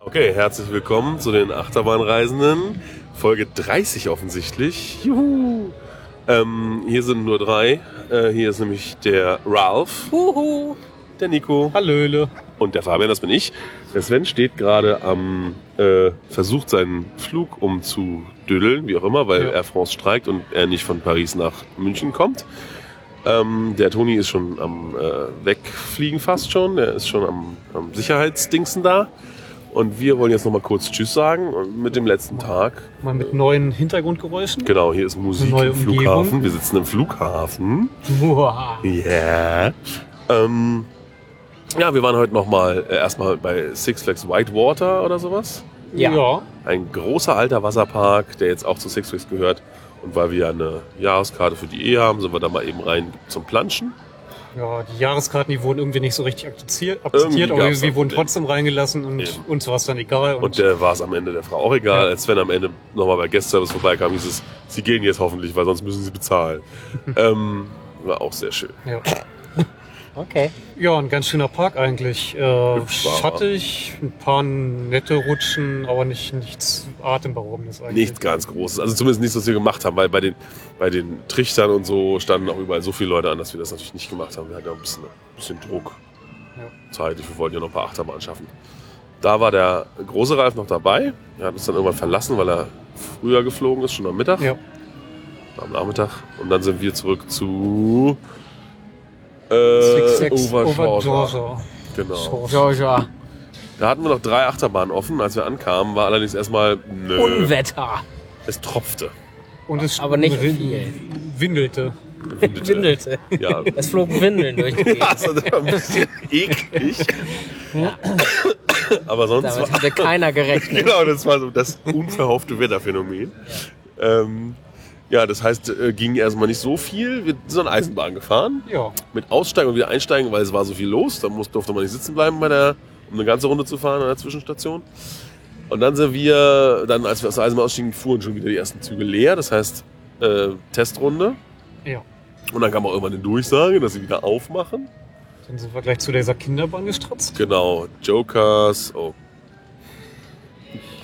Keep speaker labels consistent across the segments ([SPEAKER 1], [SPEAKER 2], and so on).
[SPEAKER 1] Okay, herzlich willkommen zu den Achterbahnreisenden. Folge 30 offensichtlich. Juhu! Ähm, hier sind nur drei. Äh, hier ist nämlich der Ralph,
[SPEAKER 2] Huhu.
[SPEAKER 1] der Nico
[SPEAKER 2] Hallöle.
[SPEAKER 1] und der Fabian, das bin ich. Der Sven steht gerade am, äh, versucht seinen Flug umzudüdeln, wie auch immer, weil
[SPEAKER 2] Ja.
[SPEAKER 1] Air France streikt und er nicht von Paris nach München kommt. Ähm, der Toni ist schon am äh, Wegfliegen fast schon, der ist schon am, am Sicherheitsdingsen da. Und wir wollen jetzt nochmal kurz Tschüss sagen und mit dem letzten Tag.
[SPEAKER 2] Mal mit neuen Hintergrundgeräuschen.
[SPEAKER 1] Genau, hier ist Musik
[SPEAKER 2] Neue
[SPEAKER 1] im Flughafen.
[SPEAKER 2] Umgebung.
[SPEAKER 1] Wir sitzen im Flughafen.
[SPEAKER 2] Uah.
[SPEAKER 1] Yeah. Ähm, ja, wir waren heute nochmal äh, erstmal bei Six Flags Whitewater oder sowas.
[SPEAKER 2] Ja.
[SPEAKER 1] Ein großer alter Wasserpark, der jetzt auch zu Six Flags gehört. Und weil wir ja eine Jahreskarte für die E haben, sind wir da mal eben rein zum Planschen.
[SPEAKER 2] Ja, die Jahreskarten, die wurden irgendwie nicht so richtig akzeptiert, akzeptiert
[SPEAKER 1] Irgendwie
[SPEAKER 2] aber
[SPEAKER 1] gab's
[SPEAKER 2] wir
[SPEAKER 1] da
[SPEAKER 2] wurden
[SPEAKER 1] Probleme.
[SPEAKER 2] trotzdem reingelassen und
[SPEAKER 1] Eben.
[SPEAKER 2] uns war es dann egal. Und,
[SPEAKER 1] Und äh, war es am Ende der Frau auch egal.
[SPEAKER 2] Ja.
[SPEAKER 1] Als Sven am Ende nochmal bei Guest Service vorbeikam, hieß es, sie gehen jetzt hoffentlich, weil sonst müssen sie bezahlen. ähm, war auch sehr schön.
[SPEAKER 2] ja.
[SPEAKER 3] Okay.
[SPEAKER 2] ja, ein ganz schöner Park eigentlich. Äh,
[SPEAKER 1] Hübsch war er.
[SPEAKER 2] schattig, ein paar nette Rutschen, aber nicht nichts Atemberaubendes eigentlich.
[SPEAKER 1] Nichts ganz Großes. Also zumindest nichts, was wir gemacht haben, weil bei den, bei den Trichtern und so standen auch überall so viele Leute an, dass wir das natürlich nicht gemacht haben. Wir hatten ja ein bisschen, ein bisschen Druck.
[SPEAKER 2] Ja.
[SPEAKER 1] Zeitlich, wir wollten ja noch ein paar Achterbahnen schaffen. Da war der große Ralf noch dabei. Er hat uns dann irgendwann verlassen, weil er früher geflogen ist, schon am Mittag,
[SPEAKER 2] Ja,
[SPEAKER 1] am Nachmittag. Und dann sind wir zurück zu äh,
[SPEAKER 2] Six Flags
[SPEAKER 1] Over
[SPEAKER 2] Over
[SPEAKER 1] Georgia.
[SPEAKER 2] Georgia.
[SPEAKER 1] Genau.
[SPEAKER 3] Georgia.
[SPEAKER 1] Da hatten wir noch drei Achterbahnen offen. Als wir ankamen, war allerdings erstmal nö,
[SPEAKER 3] Unwetter.
[SPEAKER 1] Es tropfte.
[SPEAKER 2] Und es
[SPEAKER 3] Aber nicht
[SPEAKER 2] win-
[SPEAKER 3] viel.
[SPEAKER 2] windelte.
[SPEAKER 3] Windelte.
[SPEAKER 1] Ja,
[SPEAKER 3] Es flogen Windeln durch die Gegend.
[SPEAKER 1] Also, das war ein bisschen eklig.
[SPEAKER 3] Ja.
[SPEAKER 1] Aber sonst
[SPEAKER 3] Damit
[SPEAKER 1] war,
[SPEAKER 3] hatte keiner gerechnet.
[SPEAKER 1] genau, das war so das unverhoffte Wetterphänomen. Ähm, ja, das heißt, äh, ging erstmal nicht so viel. Wir sind an Eisenbahn gefahren,
[SPEAKER 2] Ja,
[SPEAKER 1] mit Aussteigen und wieder einsteigen, weil es war so viel los. Da muss, durfte man nicht sitzen bleiben, bei der, um eine ganze Runde zu fahren an der Zwischenstation. Und dann sind wir, dann als wir aus der Eisenbahn ausstiegen, fuhren schon wieder die ersten Züge leer. Das heißt, äh, Testrunde.
[SPEAKER 2] ja.
[SPEAKER 1] Und dann kam auch irgendwann eine Durchsage, dass sie wieder aufmachen.
[SPEAKER 2] Dann sind wir gleich zu dieser Kinderbahn gestratzt.
[SPEAKER 1] Genau, Jokers, oh.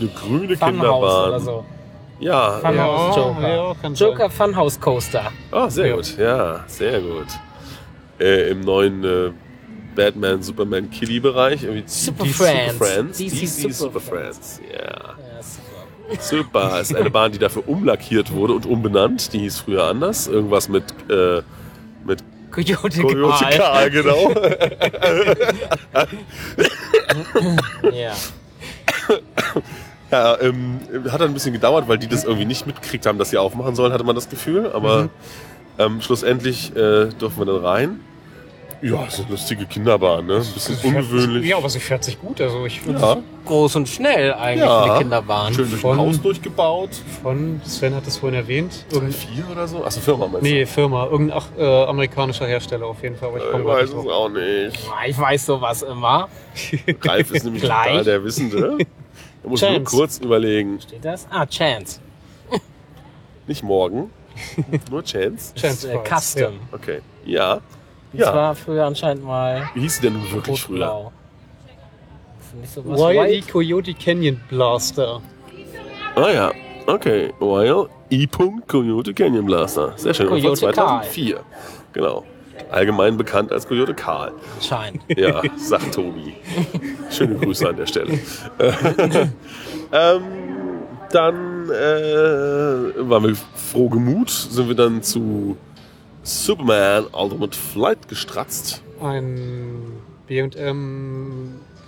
[SPEAKER 1] Eine grüne Kinderbahn.
[SPEAKER 3] Funhouse oder so.
[SPEAKER 1] Ja,
[SPEAKER 3] Funhouse
[SPEAKER 1] ja.
[SPEAKER 3] Joker.
[SPEAKER 2] ja, kann sein.
[SPEAKER 3] Joker Funhouse Coaster.
[SPEAKER 1] Ah, sehr
[SPEAKER 2] Ja.
[SPEAKER 1] gut. Ja, sehr gut. Äh, Im neuen äh, Batman, Superman, Killy-Bereich. irgendwie
[SPEAKER 3] Super
[SPEAKER 1] DC
[SPEAKER 3] Friends.
[SPEAKER 1] Super Friends.
[SPEAKER 3] DC
[SPEAKER 1] DC Super
[SPEAKER 3] Super
[SPEAKER 1] Friends. Ja.
[SPEAKER 3] Ja, super.
[SPEAKER 1] Super. ist eine Bahn, die dafür umlackiert wurde und umbenannt. Die hieß früher anders. Irgendwas mit, äh, mit
[SPEAKER 3] Coyote,
[SPEAKER 1] Coyote
[SPEAKER 3] Coyote
[SPEAKER 1] Karl, genau.
[SPEAKER 3] Ja.
[SPEAKER 1] Ja, ähm, hat dann ein bisschen gedauert, weil die das irgendwie nicht mitgekriegt haben, dass sie aufmachen sollen, hatte man das Gefühl. Aber
[SPEAKER 2] Mhm.
[SPEAKER 1] ähm, schlussendlich äh, durften wir dann rein. Ja, ist eine lustige Kinderbahn, ne? Ein bisschen
[SPEAKER 2] Also,
[SPEAKER 1] ungewöhnlich.
[SPEAKER 2] Ja, aber sie fährt sich gut. Also ich
[SPEAKER 1] Ja,
[SPEAKER 3] Groß und schnell eigentlich
[SPEAKER 1] Ja.
[SPEAKER 3] für eine Kinderbahn.
[SPEAKER 1] schön durch ein
[SPEAKER 2] Von-
[SPEAKER 1] Haus durchgebaut.
[SPEAKER 2] von, Sven hat es vorhin erwähnt. Irgend,
[SPEAKER 1] Vier oder so? Achso, Firma meinst
[SPEAKER 2] nee, Firma, irgendein ach, äh, amerikanischer Hersteller auf jeden Fall, aber
[SPEAKER 1] du?
[SPEAKER 2] ich
[SPEAKER 1] Äh,
[SPEAKER 2] komme
[SPEAKER 1] Ich
[SPEAKER 2] gar
[SPEAKER 1] weiß
[SPEAKER 2] nicht
[SPEAKER 1] es
[SPEAKER 2] drauf.
[SPEAKER 1] auch nicht.
[SPEAKER 3] Ah, Ich weiß sowas immer.
[SPEAKER 1] Ralf ist nämlich
[SPEAKER 3] Gleich.
[SPEAKER 1] total der Wissende. Er muss nur
[SPEAKER 3] James.
[SPEAKER 1] kurz überlegen.
[SPEAKER 3] Steht das? Ah, Chance.
[SPEAKER 1] Nicht morgen, nur Chance.
[SPEAKER 3] Das ist,
[SPEAKER 2] Chance
[SPEAKER 3] äh,
[SPEAKER 2] Fries,
[SPEAKER 3] Custom.
[SPEAKER 1] Okay. Ja.
[SPEAKER 3] Das
[SPEAKER 1] Ja.
[SPEAKER 3] war früher anscheinend mal
[SPEAKER 1] Wie hieß sie denn nun wirklich früher?
[SPEAKER 3] rot-blau. Ist Nicht so was
[SPEAKER 2] Royal E.
[SPEAKER 3] White?
[SPEAKER 2] Coyote Canyon Blaster.
[SPEAKER 1] Ah ja, okay. Royal E. Coyote Canyon Blaster. Sehr schön. Und von
[SPEAKER 3] Coyote Karl.
[SPEAKER 1] 2004. Genau. Allgemein bekannt als Coyote Karl.
[SPEAKER 3] Anscheinend.
[SPEAKER 1] Ja, sagt Tobi. Schöne Grüße an der Stelle. ähm, dann äh, waren wir froh gemut, sind wir dann zu Superman Ultimate Flight gestratzt.
[SPEAKER 2] Ein BM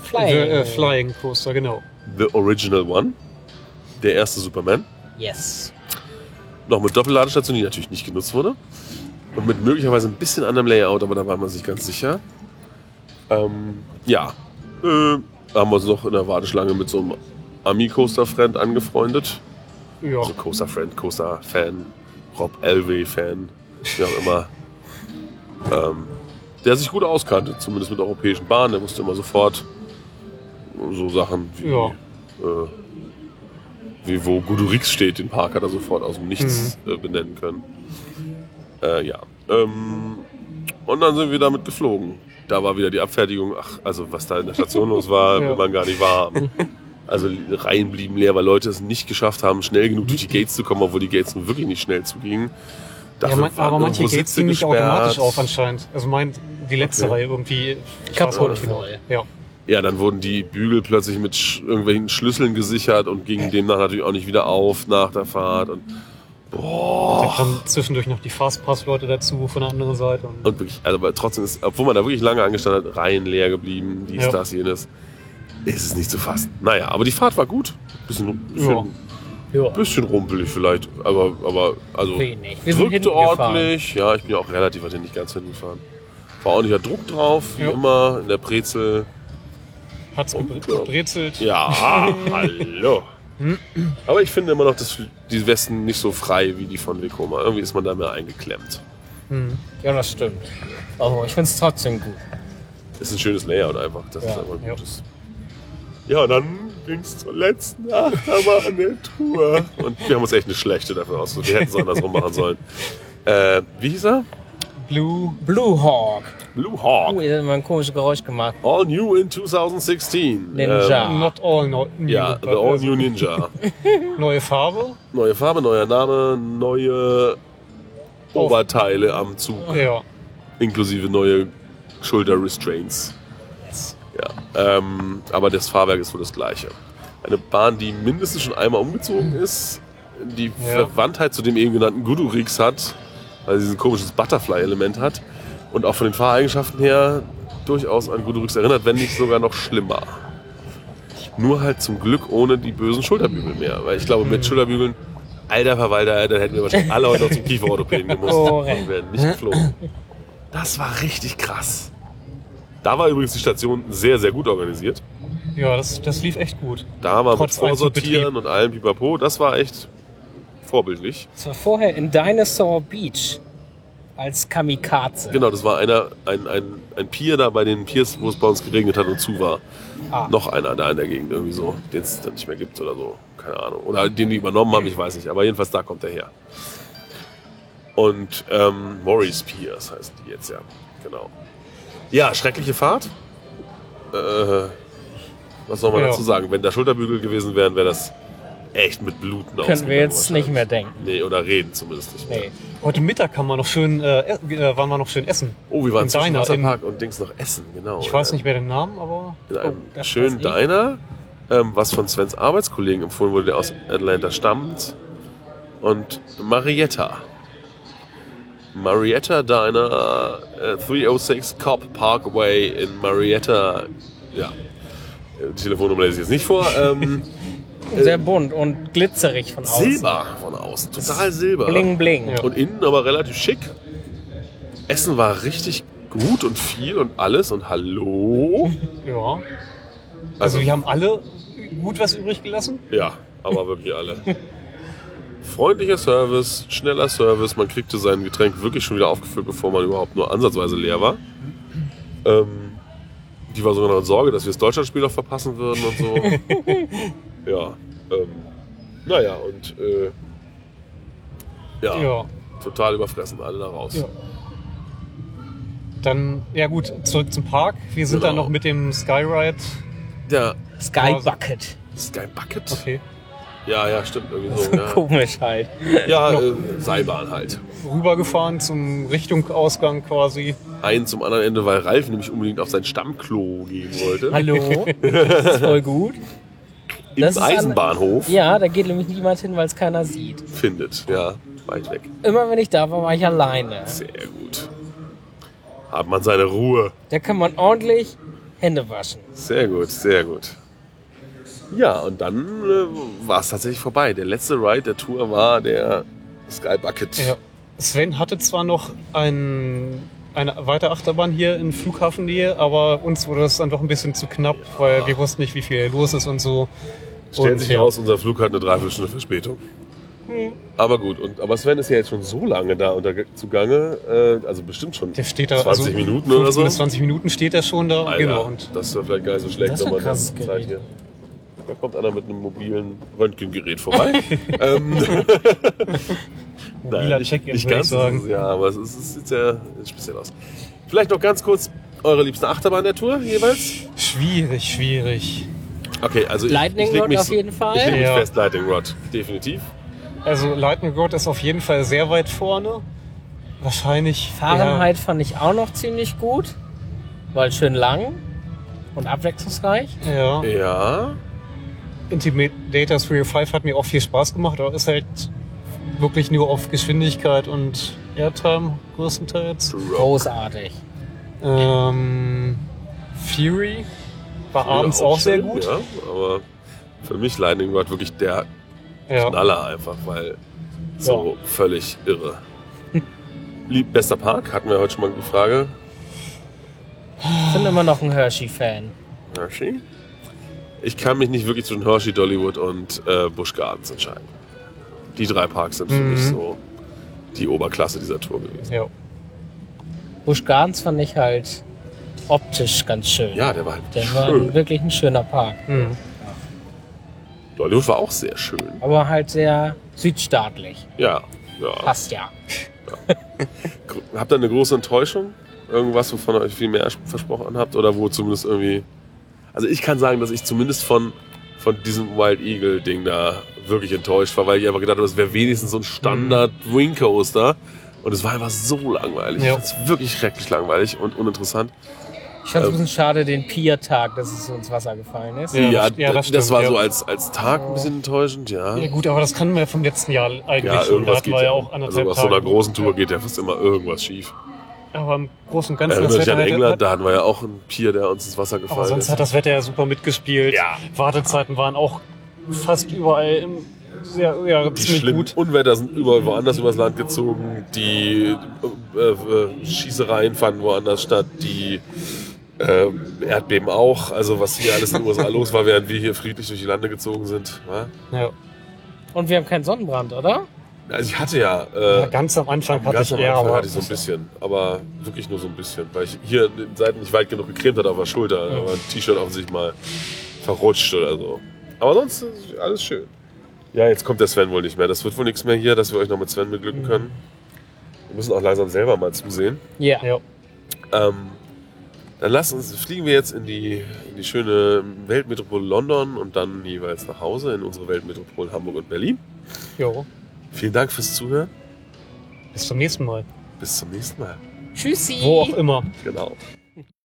[SPEAKER 3] Flying.
[SPEAKER 2] Äh, Flying Coaster, genau.
[SPEAKER 1] The Original One. Der erste Superman.
[SPEAKER 3] Yes.
[SPEAKER 1] Noch mit Doppelladestation, die natürlich nicht genutzt wurde. Und mit möglicherweise ein bisschen anderem Layout, aber da war man sich ganz sicher. Ähm, ja. Äh, haben wir uns noch in der Warteschlange mit so einem Ami-Coaster-Friend angefreundet.
[SPEAKER 2] Ja,
[SPEAKER 1] Also Coaster-Friend, Coaster-Fan, Rob Elway-Fan, wie auch immer. ähm, der sich gut auskannte, zumindest mit europäischen Bahnen. Der wusste immer sofort so Sachen wie,
[SPEAKER 2] Ja.
[SPEAKER 1] äh, wie wo Gudurix steht. Den Park hat er sofort aus dem Nichts
[SPEAKER 2] Mhm.
[SPEAKER 1] äh, benennen können. Äh, ja. Ähm, und dann sind wir damit geflogen. Da war wieder die Abfertigung. Ach, also was da in der Station los war,
[SPEAKER 2] Ja.
[SPEAKER 1] will man gar nicht wahr haben. Also Reihen blieben leer, weil Leute es nicht geschafft haben, schnell genug durch die Gates zu kommen, obwohl die Gates nun wirklich nicht schnell zugingen.
[SPEAKER 2] Mhm. Ja,
[SPEAKER 1] Dafür
[SPEAKER 2] man,
[SPEAKER 1] waren
[SPEAKER 2] aber manche
[SPEAKER 1] irgendwo
[SPEAKER 2] Gates
[SPEAKER 1] Sitze
[SPEAKER 2] gingen nicht
[SPEAKER 1] gesperrt.
[SPEAKER 2] automatisch auf anscheinend. Also mein, die letzte
[SPEAKER 1] Okay.
[SPEAKER 2] Reihe irgendwie. Ich weiß auch
[SPEAKER 3] Kaputt.
[SPEAKER 2] nicht genau. Ja.
[SPEAKER 1] Ja, dann wurden die Bügel plötzlich mit sch irgendwelchen Schlüsseln gesichert und gingen demnach natürlich auch nicht wieder auf nach der Fahrt. Und,
[SPEAKER 2] Da
[SPEAKER 1] boah.
[SPEAKER 2] kamen zwischendurch noch die Fastpass-Leute dazu von der anderen Seite. Und
[SPEAKER 1] Und wirklich, also, aber trotzdem ist, obwohl man da wirklich lange angestanden hat, Reihen leer geblieben, dies,
[SPEAKER 2] Ja.
[SPEAKER 1] das, jenes, ist es nicht zu fassen. Naja, aber die Fahrt war gut. Bisschen, bisschen,
[SPEAKER 2] Ja.
[SPEAKER 3] Ja,
[SPEAKER 1] bisschen rumpelig vielleicht, aber, aber also
[SPEAKER 3] wenig. Wir sind hinten
[SPEAKER 1] drückte
[SPEAKER 3] gefahren.
[SPEAKER 1] ordentlich. Ja, ich bin ja auch relativ weit nicht ganz hinten gefahren. War ordentlicher Druck drauf, wie
[SPEAKER 2] Ja.
[SPEAKER 1] immer, in der Brezel.
[SPEAKER 2] hat's gebr- gebrezelt.
[SPEAKER 1] oh Ja, hallo. Aber ich finde immer noch das, die Westen nicht so frei wie die von Vekoma. Irgendwie ist man da mehr eingeklemmt.
[SPEAKER 2] Hm.
[SPEAKER 3] Ja, das stimmt. Aber Oh, ich finde es trotzdem gut.
[SPEAKER 1] Ist ein schönes Layout einfach. Das
[SPEAKER 3] Ja,
[SPEAKER 1] ist einfach ein
[SPEAKER 2] ja.
[SPEAKER 1] gutes. Ja, und dann ging es zur letzten Achterbahn der Tour. Und wir haben uns echt eine schlechte dafür ausgesucht. Wir hätten es andersrum machen sollen. Äh, wie hieß er?
[SPEAKER 2] Blue.
[SPEAKER 3] Blue Hawk.
[SPEAKER 1] Blue
[SPEAKER 3] Oh,
[SPEAKER 1] Hawk.
[SPEAKER 3] ihr habt mal ein komisches Geräusch gemacht.
[SPEAKER 1] All new in 2016.
[SPEAKER 3] Ninja.
[SPEAKER 1] Ähm,
[SPEAKER 2] Not all no, new. äh,
[SPEAKER 1] ja, The All New Ninja.
[SPEAKER 2] Neue Farbe.
[SPEAKER 1] Neue Farbe, neuer Name, neue
[SPEAKER 3] Oh.
[SPEAKER 1] Oberteile am Zug.
[SPEAKER 2] Ja.
[SPEAKER 1] inklusive neue Schulter-Restraints. Ja, ähm, aber das Fahrwerk ist wohl das gleiche. Eine Bahn, die mindestens schon einmal umgezogen ist, die
[SPEAKER 2] Ja.
[SPEAKER 1] Verwandtheit zu dem eben genannten Gudurix hat, weil sie ein komisches Butterfly-Element hat und auch von den Fahreigenschaften her durchaus an Gudurix erinnert, wenn nicht sogar noch schlimmer. Nur halt zum Glück ohne die bösen Schulterbügel mehr, weil ich glaube, mit Schulterbügeln, alter Verwalter, dann hätten wir wahrscheinlich alle heute noch zum Kieferorthopäden gemusst
[SPEAKER 3] Korrekt.
[SPEAKER 1] und wären nicht geflogen. Das war richtig krass. Da war übrigens die Station sehr, sehr gut organisiert.
[SPEAKER 2] Ja, das, das lief echt gut.
[SPEAKER 1] Da war
[SPEAKER 2] Trotz
[SPEAKER 1] mit Vorsortieren und allem Pipapo. Das war echt vorbildlich.
[SPEAKER 3] Das war vorher in Dinosaur Beach als Kamikaze.
[SPEAKER 1] Genau, das war einer, ein, ein, ein Pier da bei den Piers, wo es bei uns geregnet hat und zu war.
[SPEAKER 3] Ah.
[SPEAKER 1] Noch einer da in der Gegend irgendwie so, den es dann nicht mehr gibt oder so. Keine Ahnung. Oder den die übernommen haben, ich weiß nicht. Aber jedenfalls da kommt er her. Und ähm, Morris Piers heißt die jetzt ja. Genau. Ja, schreckliche Fahrt. Äh, was soll man
[SPEAKER 2] Ja.
[SPEAKER 1] dazu sagen? Wenn da Schulterbügel gewesen wären, wäre das echt mit Bluten
[SPEAKER 3] Können wir
[SPEAKER 1] ausgegangen
[SPEAKER 3] jetzt nicht mehr
[SPEAKER 1] wahrscheinlich.
[SPEAKER 3] denken.
[SPEAKER 1] Nee, oder reden zumindest nicht mehr.
[SPEAKER 3] Nee.
[SPEAKER 2] Heute Mittag kann man noch schön, äh, äh, waren wir noch schön essen.
[SPEAKER 1] Oh, wir waren
[SPEAKER 2] In
[SPEAKER 1] zwischen
[SPEAKER 2] Diner,
[SPEAKER 1] Wasserpark und Dings noch essen, genau.
[SPEAKER 2] Ich weiß nicht mehr den Namen, aber
[SPEAKER 1] In einem
[SPEAKER 3] Oh, das
[SPEAKER 1] schönen
[SPEAKER 3] weiß ich.
[SPEAKER 1] Diner, ähm, was von Svens Arbeitskollegen empfohlen wurde, der aus Atlanta stammt. Und Marietta. Marietta Diner, äh, 306 Cobb Parkway in Marietta. Ja. Äh, Telefonnummer lese ich jetzt nicht vor. Ähm,
[SPEAKER 3] Sehr bunt und glitzerig von außen.
[SPEAKER 1] Silber von außen. Total Silber.
[SPEAKER 3] Bling, bling.
[SPEAKER 2] Ja.
[SPEAKER 1] Und innen aber relativ schick. Essen war richtig gut und viel und alles und hallo.
[SPEAKER 2] ja. Also, die haben alle gut was übrig gelassen.
[SPEAKER 1] Ja, aber wirklich alle. Freundlicher Service, schneller Service. Man kriegte sein Getränk wirklich schon wieder aufgefüllt, bevor man überhaupt nur ansatzweise leer war. Ähm, die war sogar noch in Sorge, dass wir das Deutschlandspiel noch verpassen würden und so. ja. Ähm, naja, und äh, ja,
[SPEAKER 2] Ja.
[SPEAKER 1] total überfressen, alle da raus.
[SPEAKER 2] Ja. Dann, ja gut, zurück zum Park. Wir sind dann
[SPEAKER 1] Genau.
[SPEAKER 2] noch mit dem Skyride.
[SPEAKER 1] Der
[SPEAKER 3] Sky Bucket.
[SPEAKER 1] Sky Bucket?
[SPEAKER 2] Okay.
[SPEAKER 1] Ja, ja, stimmt. Irgendwie
[SPEAKER 3] So
[SPEAKER 1] so. Ja,
[SPEAKER 3] komisch halt.
[SPEAKER 1] ja äh, Seilbahn halt.
[SPEAKER 2] Rübergefahren zum Richtung Ausgang quasi.
[SPEAKER 1] Einen zum anderen Ende, weil Ralf nämlich unbedingt auf sein Stammklo gehen wollte.
[SPEAKER 3] Hallo? Das ist voll gut.
[SPEAKER 1] Im
[SPEAKER 3] Das ist an-
[SPEAKER 1] Eisenbahnhof
[SPEAKER 3] Ja, da geht nämlich niemand hin, weil es keiner sieht.
[SPEAKER 1] findet. Ja, weit weg.
[SPEAKER 3] Immer wenn ich da war, war ich alleine.
[SPEAKER 1] Sehr gut. Hat man seine Ruhe.
[SPEAKER 3] Da kann man ordentlich Hände waschen.
[SPEAKER 1] Sehr gut, sehr gut. Ja, und dann äh, war es tatsächlich vorbei. Der letzte Ride der Tour war der Sky Bucket.
[SPEAKER 2] Ja. Sven hatte zwar noch ein, eine weitere Achterbahn hier in Flughafennähe, aber uns wurde das dann doch ein bisschen zu knapp, weil wir wussten nicht, wie viel los ist und so.
[SPEAKER 1] Stellt
[SPEAKER 2] Und
[SPEAKER 1] sich
[SPEAKER 2] ja. Hm.
[SPEAKER 1] raus, unser Flug hat eine Dreiviertelstunde Verspätung. Aber gut, und, aber Sven ist ja jetzt schon so lange da unter zugange, äh, also bestimmt schon
[SPEAKER 2] Der steht da
[SPEAKER 1] 20
[SPEAKER 2] also
[SPEAKER 1] Minuten oder
[SPEAKER 2] 15
[SPEAKER 1] so.
[SPEAKER 2] Bis 20 Minuten steht er schon da.
[SPEAKER 1] Alter,
[SPEAKER 2] Genau. Und
[SPEAKER 1] das wäre vielleicht gar nicht so
[SPEAKER 3] Das
[SPEAKER 1] schlecht,
[SPEAKER 3] ist
[SPEAKER 1] wenn
[SPEAKER 3] ein
[SPEAKER 1] man das
[SPEAKER 3] krasses
[SPEAKER 1] zeigt hier.
[SPEAKER 3] Gerät.
[SPEAKER 1] Da kommt einer mit einem mobilen Röntgengerät vorbei. ähm,
[SPEAKER 2] Mobiler Check-in,
[SPEAKER 1] nicht
[SPEAKER 2] würde ich
[SPEAKER 1] ganz,
[SPEAKER 2] sagen.
[SPEAKER 1] Ja, aber es, ist, es sieht sehr speziell aus. Vielleicht noch ganz kurz eure liebsten Achterbahn der Tour jeweils.
[SPEAKER 2] Schwierig, schwierig.
[SPEAKER 1] Okay, also ich,
[SPEAKER 3] Lightning
[SPEAKER 1] ich leg
[SPEAKER 3] Rod
[SPEAKER 1] mich,
[SPEAKER 3] auf jeden Fall.
[SPEAKER 1] Ich leg mich
[SPEAKER 2] Ja.
[SPEAKER 1] fest, Lightning Rod, definitiv.
[SPEAKER 2] Also Lightning Rod ist auf jeden Fall sehr weit vorne. Wahrscheinlich.
[SPEAKER 3] Fahrenheit fand ich auch noch ziemlich gut, weil schön lang und abwechslungsreich.
[SPEAKER 2] Ja. ja.
[SPEAKER 1] Ja,
[SPEAKER 2] Intimidator 305 hat mir auch viel Spaß gemacht, aber ist halt wirklich nur auf Geschwindigkeit und Airtime größtenteils.
[SPEAKER 1] Rock.
[SPEAKER 3] Großartig.
[SPEAKER 2] Ähm, Fury war abends auch sehr
[SPEAKER 1] schön,
[SPEAKER 2] gut.
[SPEAKER 1] Ja, aber für mich Lightning Rod wirklich der
[SPEAKER 2] Ja.
[SPEAKER 1] Knaller einfach, weil so völlig irre. Lieb, bester Park, hatten wir heute schon mal die Frage.
[SPEAKER 3] Ich bin immer noch ein Hershey-Fan.
[SPEAKER 1] Hershey? Ich kann mich nicht wirklich zwischen Hershey, Dollywood und äh, Busch Gardens entscheiden. Die drei Parks sind für
[SPEAKER 2] Mhm.
[SPEAKER 1] mich so die Oberklasse dieser Tour gewesen.
[SPEAKER 2] ja.
[SPEAKER 3] Busch Gardens fand ich halt optisch ganz schön.
[SPEAKER 1] Ja, der war halt
[SPEAKER 3] Der war
[SPEAKER 1] schön.
[SPEAKER 3] wirklich ein schöner Park.
[SPEAKER 2] Hm.
[SPEAKER 1] Dollywood war auch sehr schön.
[SPEAKER 3] Aber halt sehr südstaatlich.
[SPEAKER 1] Ja, ja.
[SPEAKER 3] Passt ja.
[SPEAKER 1] Habt ihr eine große Enttäuschung? Irgendwas, wovon ihr euch viel mehr versprochen habt? Oder wo zumindest irgendwie. Also ich kann sagen, dass ich zumindest von, von diesem Wild Eagle-Ding da wirklich enttäuscht war, weil ich einfach gedacht habe, das wäre wenigstens so ein standard wing coaster Und es war einfach so langweilig.
[SPEAKER 2] Mhm. Ja.
[SPEAKER 1] Es ist wirklich schrecklich langweilig und uninteressant.
[SPEAKER 3] Ich fand es
[SPEAKER 1] Ähm.
[SPEAKER 3] ein bisschen schade, den Pier-Tag, dass es so ins Wasser gefallen ist.
[SPEAKER 2] Ja.
[SPEAKER 1] Ja,
[SPEAKER 2] das- ja,
[SPEAKER 1] das,
[SPEAKER 2] das
[SPEAKER 1] das
[SPEAKER 2] stimmt,
[SPEAKER 1] war
[SPEAKER 2] ja.
[SPEAKER 1] so als, als Tag ein bisschen enttäuschend, ja.
[SPEAKER 2] ja gut, aber das kann man ja vom letzten Jahr eigentlich
[SPEAKER 1] Ja,
[SPEAKER 2] schon. Da
[SPEAKER 1] irgendwas
[SPEAKER 2] hatten
[SPEAKER 1] geht
[SPEAKER 2] wir ja
[SPEAKER 1] ja.
[SPEAKER 2] auch
[SPEAKER 1] Also
[SPEAKER 2] anderthalb
[SPEAKER 1] nach so einer
[SPEAKER 2] Tage.
[SPEAKER 1] großen Tour geht ja fast immer irgendwas schief.
[SPEAKER 2] Aber im Großen und Ganzen
[SPEAKER 1] Erinnert
[SPEAKER 2] das
[SPEAKER 1] euch an
[SPEAKER 2] Wetter
[SPEAKER 1] England,
[SPEAKER 2] hat,
[SPEAKER 1] da hatten wir ja auch einen Pier, der uns ins Wasser gefallen
[SPEAKER 2] aber sonst
[SPEAKER 1] ist.
[SPEAKER 2] hat das Wetter ja super mitgespielt.
[SPEAKER 1] Ja.
[SPEAKER 2] Wartezeiten waren auch fast überall im, sehr, ja,
[SPEAKER 1] Die
[SPEAKER 2] ziemlich
[SPEAKER 1] schlimmen
[SPEAKER 2] gut.
[SPEAKER 1] Unwetter sind überall woanders übers Land gezogen. Die äh, äh, Schießereien fanden woanders statt. Die äh, Erdbeben auch. Also was hier alles in den USA los war, während wir hier friedlich durch die Lande gezogen sind. wa?
[SPEAKER 2] Ja.
[SPEAKER 3] Und wir haben keinen Sonnenbrand, oder?
[SPEAKER 1] Also ich hatte ja...
[SPEAKER 2] Ja,
[SPEAKER 1] Äh,
[SPEAKER 2] ganz am Anfang hatte
[SPEAKER 1] Ganz
[SPEAKER 2] ich
[SPEAKER 1] am
[SPEAKER 2] eher,
[SPEAKER 1] Anfang
[SPEAKER 2] aber
[SPEAKER 1] hatte ich so ein bisschen, aber wirklich nur so ein bisschen, weil ich hier die Seiten nicht weit genug gecremt hatte auf der Schulter,
[SPEAKER 2] Ja.
[SPEAKER 1] aber ein T-Shirt offensichtlich mal verrutscht oder so. Aber sonst ist alles schön. Ja, jetzt kommt der Sven wohl nicht mehr. Das wird wohl nichts mehr hier, dass wir euch noch mit Sven beglücken
[SPEAKER 2] Mhm.
[SPEAKER 1] können. Wir müssen auch langsam selber mal zusehen.
[SPEAKER 3] Ja.
[SPEAKER 2] ja.
[SPEAKER 1] Ähm, dann lasst uns, fliegen wir jetzt in die, in die schöne Weltmetropole London und dann jeweils nach Hause in unsere Weltmetropolen Hamburg und Berlin.
[SPEAKER 2] Jo.
[SPEAKER 1] Vielen Dank fürs Zuhören.
[SPEAKER 2] Bis zum nächsten Mal.
[SPEAKER 1] Bis zum nächsten Mal.
[SPEAKER 3] Tschüssi.
[SPEAKER 2] Wo auch immer.
[SPEAKER 1] Genau.